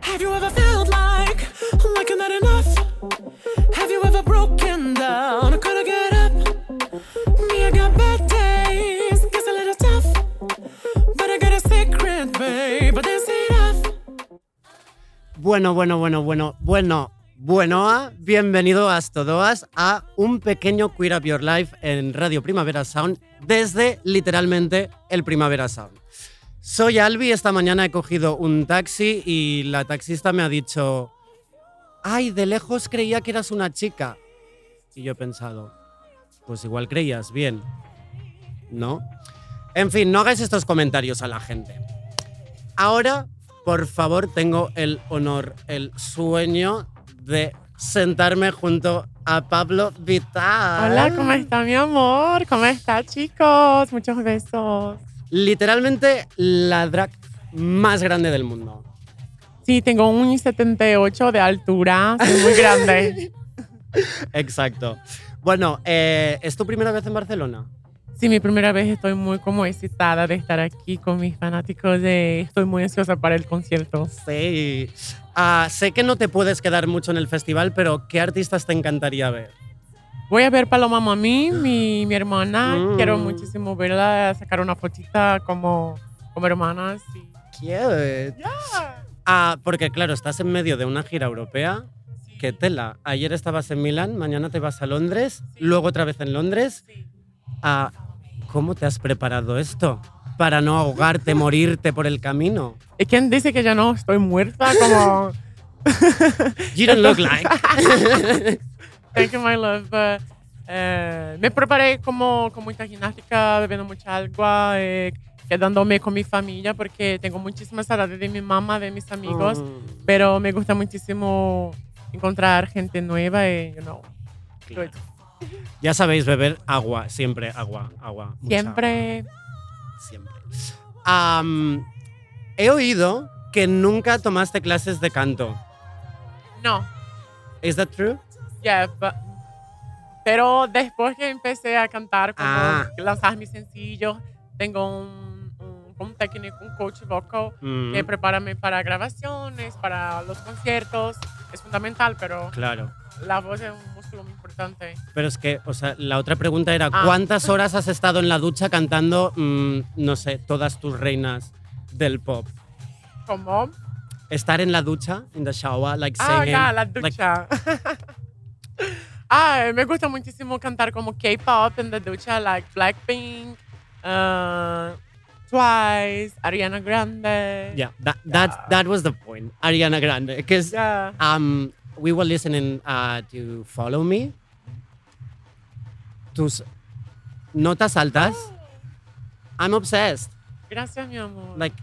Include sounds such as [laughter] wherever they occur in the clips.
Have you ever felt like like you're not enough? Have you ever broken down? Couldn't get up. Me, I got bad days. Gets a little tough, but I got a secret, babe. But this enough. Bueno, bueno, bueno, bueno, bueno, buenoa, bienvenido a todas a un pequeño Queer Up Your Life en Radio Primavera Sound desde literalmente el Primavera Sound. Soy Albi, esta mañana he cogido un taxi y la taxista me ha dicho, ay, de lejos creía que eras una chica. Y yo he pensado, pues igual creías bien, ¿no? En fin, no hagáis estos comentarios a la gente. Ahora, por favor, tengo el honor, el sueño de sentarme junto a Pablo Vital. Hola, ¿cómo está mi amor? ¿Cómo está, chicos? Muchos besos. Literalmente la drag más grande del mundo. Sí, tengo un 78 de altura, soy muy grande. [laughs] Exacto. Bueno, eh, ¿es tu primera vez en Barcelona? Sí, mi primera vez estoy muy como excitada de estar aquí con mis fanáticos. De... Estoy muy ansiosa para el concierto. Sí. Ah, sé que no te puedes quedar mucho en el festival, pero ¿qué artistas te encantaría ver? Voy a ver Paloma Mami, mi, mi hermana. Mm. Quiero muchísimo verla, sacar una fotita como, como hermanas. y- Cute. Ah, porque claro, estás en medio de una gira europea. Qué tela. Ayer estabas en Milán, mañana te vas a Londres, luego otra vez en Londres. Ah, ¿Cómo te has preparado esto? Para no ahogarte, morirte por el camino. ¿Y quién dice que ya no estoy muerta? [laughs] Como... You don't look like. Thank you, my love. but, eh, me preparé como con mucha gimnástica, bebiendo mucha agua, eh, quedándome con mi familia porque tengo muchísimas saudades de mi mamá, de mis amigos, Mm, pero me gusta muchísimo encontrar gente nueva y, you know, do claro. it. [laughs] Ya sabéis beber agua, siempre agua, agua. mucha siempre agua, siempre. Am, he oído que nunca tomaste clases de canto. no. ¿Es that true? Yeah, but- pero después que empecé a cantar, como Ah. lanzar mis sencillos, tengo un, un, un técnico, un coach vocal Mm, que eh, prepárame para grabaciones, para los conciertos. Es fundamental, pero claro. la voz es un músculo muy importante. Pero es que, o sea, la otra pregunta era, Ah. ¿cuántas horas has estado en la ducha cantando, mm, no sé, todas tus reinas del pop? Como, Estar en la ducha, in the shower, like ah, singing. ya, la like- ducha. [laughs] ah, me gusta muchísimo cantar como K-pop en la ducha, like Blackpink, uh, Twice, Ariana Grande. yeah, that, that's- that was the point. Ariana Grande, because Yeah. um, we were listening uh, to Follow Me. Tus notas altas. I'm obsessed. Gracias, mi amor. Like,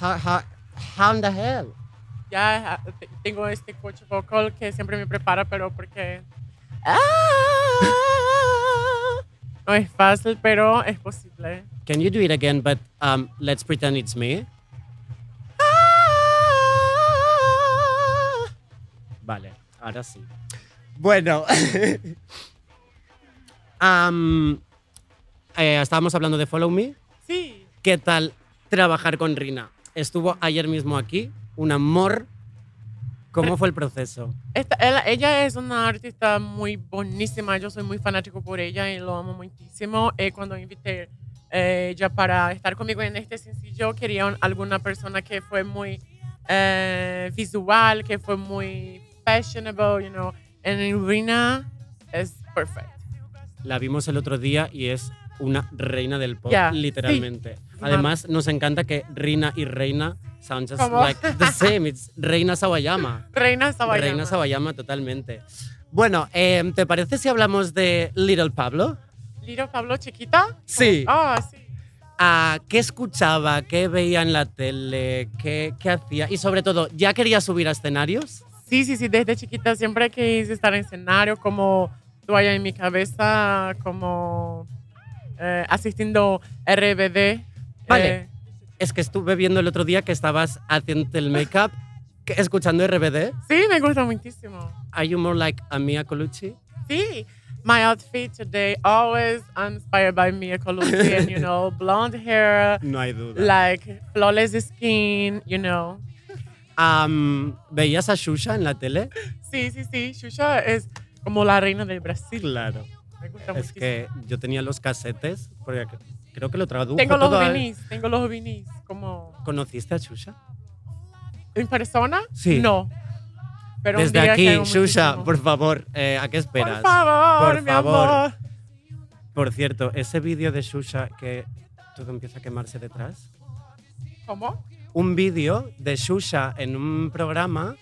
how, how, how in the hell? ya ah, te- tengo este coach vocal que siempre me prepara, pero porque no es fácil, pero es posible. Can you do it again? But um, let's pretend it's me. Ah! Vale, ahora sí. Bueno. Am, Um, eh, estábamos hablando de Follow Me. Sí, ¿Qué tal trabajar con Rina? Estuvo ayer mismo aquí, un amor. ¿Cómo fue el proceso? esta- ella, ella es una artista muy buenísima, yo soy muy fanático por ella y lo amo muchísimo. Eh, cuando invité eh, ella para estar conmigo en este sencillo, quería un- alguna persona que fue muy eh, visual, que fue muy fashionable, you know, and Rina es perfecta. La vimos el otro día y es una reina del pop, Ya, sí. literalmente. una- Además, nos encanta que Rina y Reina sound just ¿Cómo? like the same. It's Reina Sawayama. Reina Sabayana. Reina Sawayama, totalmente. Bueno, em, ¿te parece si hablamos de Little Pablo? Little Pablo chiquita. Sí. Ah, sí. Ah, ¿Qué escuchaba? ¿Qué veía en la tele? ¿Qué, ¿Qué hacía? Y sobre todo, ¿ya quería subir a escenarios? Sí, sí, sí, desde chiquita siempre quise estar en escenario, como toalla en mi cabeza, como eh, asistiendo RBD. Vale. eh, Es que estuve viendo el otro día que estabas haciendo el make-up escuchando RBD? Sí, me gusta muchísimo. Are you more like a Mia Colucci? Sí. My outfit today always inspired by Mia Colucci and [laughs] you know blonde hair, No hay duda. like flawless skin, you know. Am, ¿Veías a Xuxa en la tele? Sí, sí, sí. Xuxa es como la reina del Brasil. Claro. Me gusta Es muchísimo. que yo tenía los casetes, porque creo que lo tradujo tengo los todo a- vinis, tengo los vinis como ¿Conociste a Xuxa? en persona. Sí. No. Pero un Desde día que aquí, hago Xuxa, muchísimo. por favor, eh, ¿a qué Por esperas? favor, Por mi favor. amor. Por cierto, ese vídeo de Xuxa que todo empieza a quemarse detrás. ¿Cómo? Un vídeo de Xuxa en un programa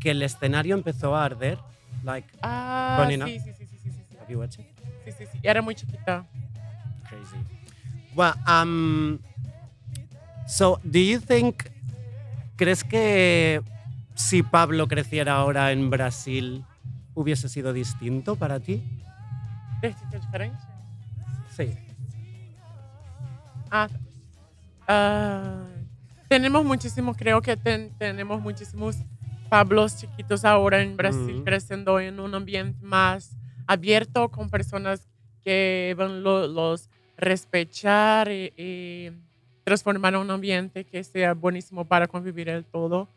que el escenario empezó a arder. Like, Ah, Bonina. sí, sí, sí, sí, sí, sí, sí. have you watched it? Sí, sí, sí. Y Era muy chiquita. Crazy. Well, um, so, do you think, ¿crees que si Pablo creciera ahora en Brasil hubiese sido distinto para ti? Distinta, diferente. Sí. Ah, ah, tenemos muchísimos, creo que ten- tenemos muchísimos Pablos chiquitos ahora en Brasil Ujú. creciendo en un ambiente más abierto con personas que van lo- los respetar y, y transformar un ambiente que sea buenísimo para convivir el todo.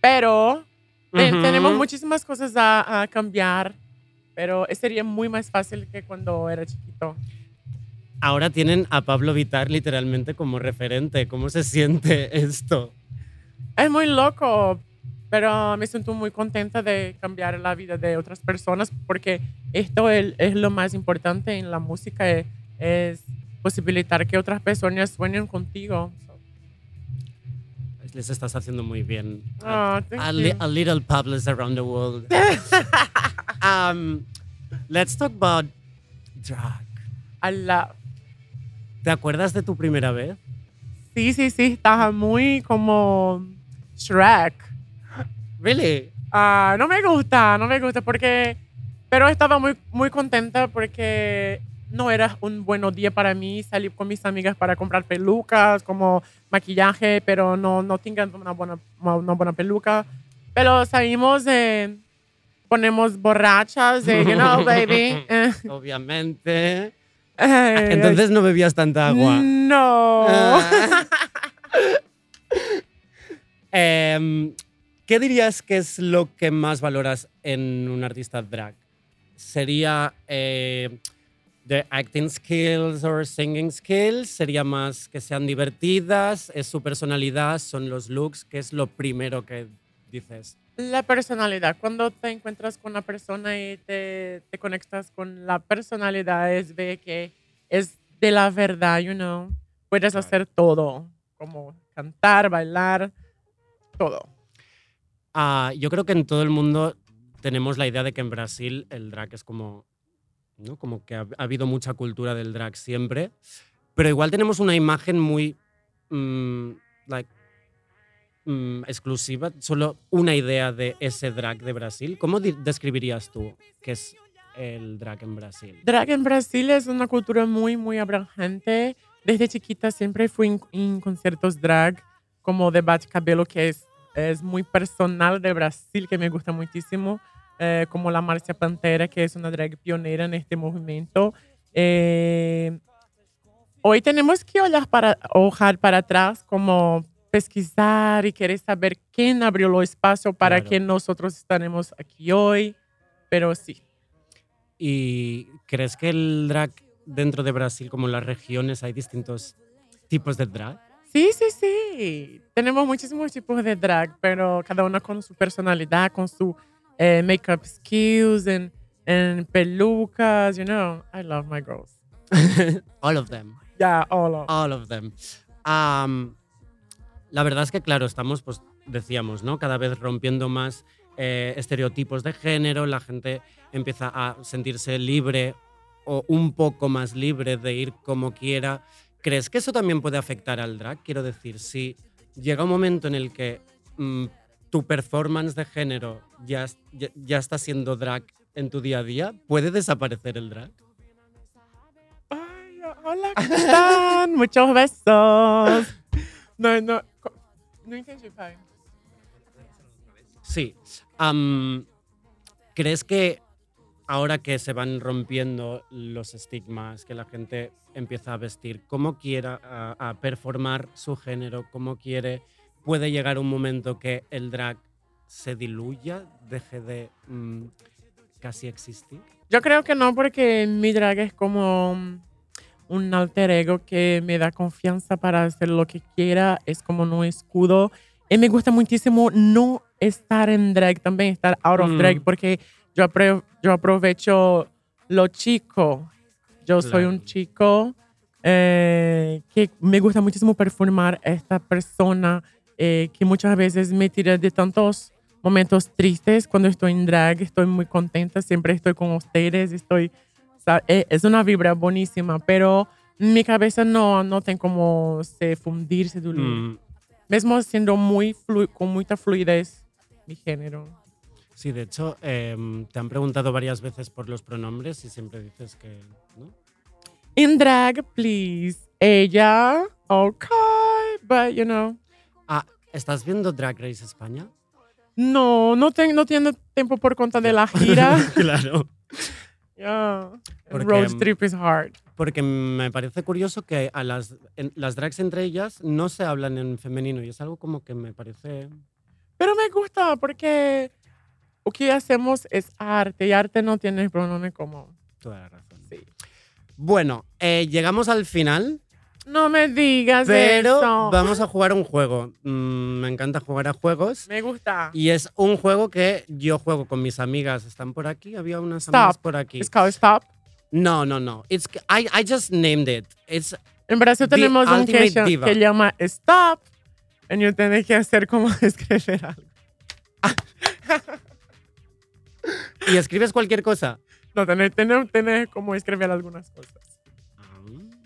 Pero Ten- Ujú. Tenemos muchísimas cosas a, a cambiar, pero sería muy más fácil que cuando era chiquito. Ahora tienen a Pablo Vitar literalmente como referente. ¿Cómo se siente esto? Es muy loco, pero me siento muy contenta de cambiar la vida de otras personas porque esto es, es lo más importante en la música, es, es posibilitar que otras personas sueñen contigo. Les estás haciendo muy bien. Ah, thank a, you. li- a little Pablo's around the world. [laughs] um, let's talk about drag. I love- ¿Te acuerdas de tu primera vez? Sí, sí, sí, estás muy como Shrek. Really? Ah, no me gusta, no me gusta porque, pero estaba muy, muy contenta porque no era un buen día para mí salir con mis amigas para comprar pelucas, como maquillaje, pero no, no tenía una buena, una buena peluca. Pero salimos, eh, ponemos borrachas, eh, [laughs] you know, baby. Eh, Obviamente. [laughs] eh, Ah, Entonces no bebías tanta agua. No. Ah. [laughs] Em, ¿Qué dirías que es lo que más valoras en un artista drag? ¿Sería eh, the acting skills or singing skills? ¿Sería más que sean divertidas? ¿Es su personalidad? ¿Son los looks? ¿Qué es lo primero que dices? La personalidad. Cuando te encuentras con una persona y te, te conectas con la personalidad, es ver que es de la verdad, you know. Puedes Claro. hacer todo, como cantar, bailar, todo. Ah, yo creo que en todo el mundo tenemos la idea de que en Brasil el drag es como, ¿no? como que ha, ha habido mucha cultura del drag siempre, pero igual tenemos una imagen muy mm, like, mm, exclusiva, solo una idea de ese drag de Brasil. ¿Cómo di- describirías tú qué es el drag en Brasil? Drag en Brasil es una cultura muy, muy abrangente. Desde chiquita siempre fui en, en conciertos drag, como de Cabelo, que es, es muy personal de Brasil, que me gusta muchísimo, eh, como la Marcia Pantera, que es una drag pionera en este movimiento. Eh, hoy tenemos que ojar para, ojar para atrás, como pesquisar y querer saber quién abrió el espacio para Claro. que nosotros estaremos aquí hoy, pero sí. ¿Y crees que el drag dentro de Brasil, como en las regiones, hay distintos tipos de drag? Sí, sí, sí. Tenemos muchísimos tipos de drag, pero cada una con su personalidad, con su eh, makeup skills and, and pelucas, you know. I love my girls. All of them. Yeah, all of All of them. Am, la verdad es que, claro, estamos, pues decíamos, ¿no? Cada vez rompiendo más eh, estereotipos de género, la gente empieza a sentirse libre o un poco más libre de ir como quiera. ¿Crees que eso también puede afectar al drag? Quiero decir, si llega un momento en el que mm, tu performance de género ya, es- ya, ya está siendo drag en tu día a día, ¿puede desaparecer el drag? Ay, hola, ¿cómo [laughs] están? Muchos besos. No, no. co- No entendí, pai. Sí. Am, ¿Crees que ahora que se van rompiendo los estigmas, que la gente empieza a vestir como quiera, a, a performar su género como quiere, puede llegar un momento que el drag se diluya, deje de mm, casi existir? Yo creo que no, porque mi drag es como mm, un alter ego que me da confianza para hacer lo que quiera. Es como no escudo. Y me gusta muchísimo no estar en drag, también estar out of Mm. drag, porque yo, apro- yo aprovecho lo chico. Yo soy Claro. un chico eh, que me gusta muchísimo performar a esta persona eh, que muchas veces me tira de tantos momentos tristes cuando estoy en drag, estoy muy contenta, siempre estoy con ustedes, estoy, sa- eh, es una vibra buenísima, pero mi cabeza no, no tiene como se fundir, se diluir. Mm, Mesmo siendo muy flu- con mucha fluidez mi género. Sí, de hecho, em, te han preguntado varias veces por los pronombres y siempre dices que... ¿no? In drag, please. Ella, okay, but you know. Ah, ¿estás viendo Drag Race España? No, no, ten- no tiene tiempo por conta de la gira. [laughs] claro. yeah. Porque, Road mm, trip is hard. Porque me parece curioso que a las, en- las drags entre ellas no se hablan en femenino y es algo como que me parece... Pero me gusta porque lo que hacemos es arte y arte no tiene pronombre como. Toda la razón. Sí. Bueno, eh, llegamos al final, No me digas pero eso. vamos a jugar un juego. Mm, me encanta jugar a juegos. Me gusta. Y es un juego que yo juego con mis amigas. ¿Están por aquí? Había unas Stop. amigas por aquí. It's called Stop. No, no, no. It's, I, I just named it. It's, En Brasil The tenemos un Ultimate que, se- Diva. que llama Stop. Y yo tengo que hacer como [laughs] escribir algo. y escribes cualquier cosa. No, tener, tener, tener como escribir algunas cosas. Ah,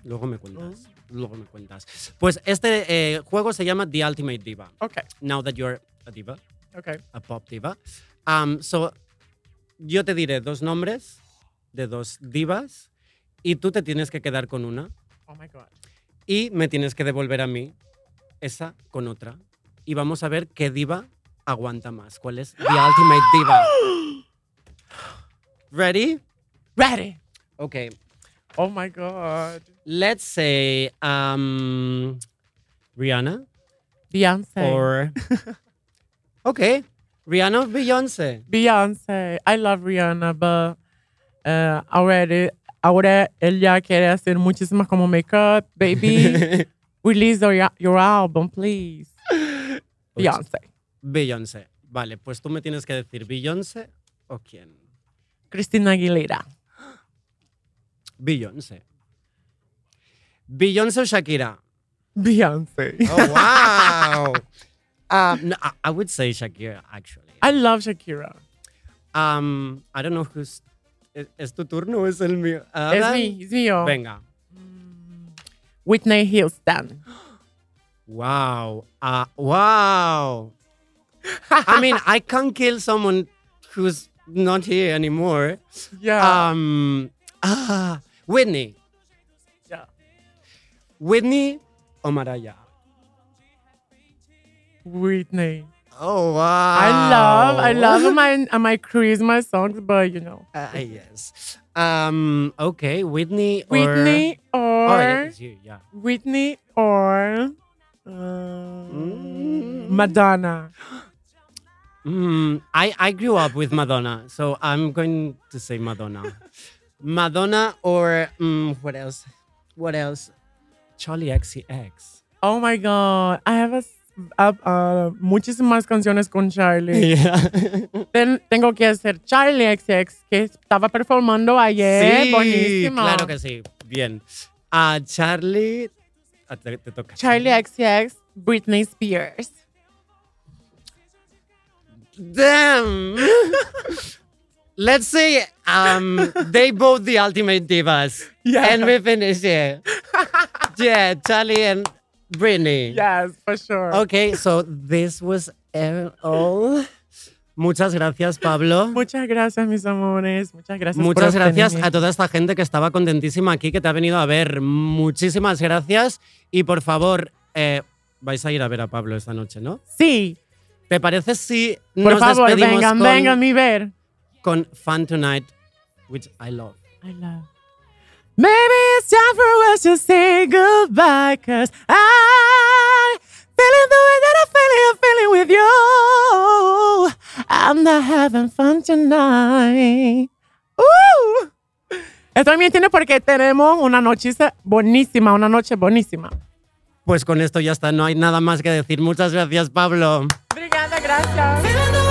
Luego me cuentas. Luego me cuentas. Pues este eh, juego se llama The Ultimate Diva. Ok, Now that you're a diva, ok. a pop diva. Um, so, yo te diré dos nombres de dos divas y tú te tienes que quedar con una Oh my God. y me tienes que devolver a mí esa con otra. Y vamos a ver qué diva aguanta más. ¿Cuál es The Ultimate Diva? Ready? Ready. Okay. Oh my God. Let's say um, Rihanna [laughs] Beyoncé. or. okay. Rihanna or Beyonce. Beyoncé. I love Rihanna, but uh, already, ahora ella quiere hacer muchísimas como makeup. Baby, [laughs] release your, your album, please. Beyoncé. Pues Beyoncé. Vale, pues tú me tienes que decir Beyoncé o quién. Cristina Aguilera. Beyoncé. Beyoncé o Shakira. Beyoncé. Oh, wow. [laughs] um, no, I, I would say Shakira, actually. I love Shakira. Um, I don't know who's. ¿Es, es tu turno o es el mío? Es Adam. mi, es mío. Venga. Whitney Houston. [gasps] Wow. Uh, wow. I mean, I can't kill someone who's not here anymore. Yeah. Um, ah, Whitney. yeah. Whitney o Mariah. Whitney. Oh, wow. I love, I love my my Christmas songs, but you know, [laughs] Uh, yes. Um, okay, Whitney or. Whitney Oh, or, yeah, it's you, yeah. Whitney or uh, Madonna. Mm, I, I grew up with Madonna, so I'm going to say [laughs] Madonna. Madonna or mm, what else? What else? Charlie [laughs] XCX. Oh my God, I have a, s- a- a- muchísimas canciones con Charlie. Yeah. Ten- tengo que hacer Charlie XX que estaba performando ayer, sí, buenísimo. claro que sí. Bien. A Charlie. ah, te, te toca. Charlie XX, Britney Spears. Damn. Let's say um, they both the ultimate divas. Yeah. And we finish here. Yeah, Charlie and Britney. Yes, for sure. Okay, so this was all. Muchas gracias, Pablo. Muchas gracias, mis amores. Muchas gracias. por Muchas gracias tenerme. a toda esta gente que estaba contentísima aquí, que te ha venido a ver. Muchísimas gracias. Y por favor, eh, vais a ir a ver a Pablo esta noche, ¿no? Sí, ¿Te parece si Por nos favor, despedimos vengan, con, vengan y ver. con Fun Tonight, which I love? I love. Maybe it's time for us to say goodbye, cause I feeling the way that I'm feeling, I'm feeling with you. I'm not having fun tonight. ¡Uh! Esto también tiene porque tenemos una noche buenísima, una noche buenísima. Pues con esto ya está, no hay nada más que decir. Muchas gracias, Pablo. Obrigada, gracias. Feeling the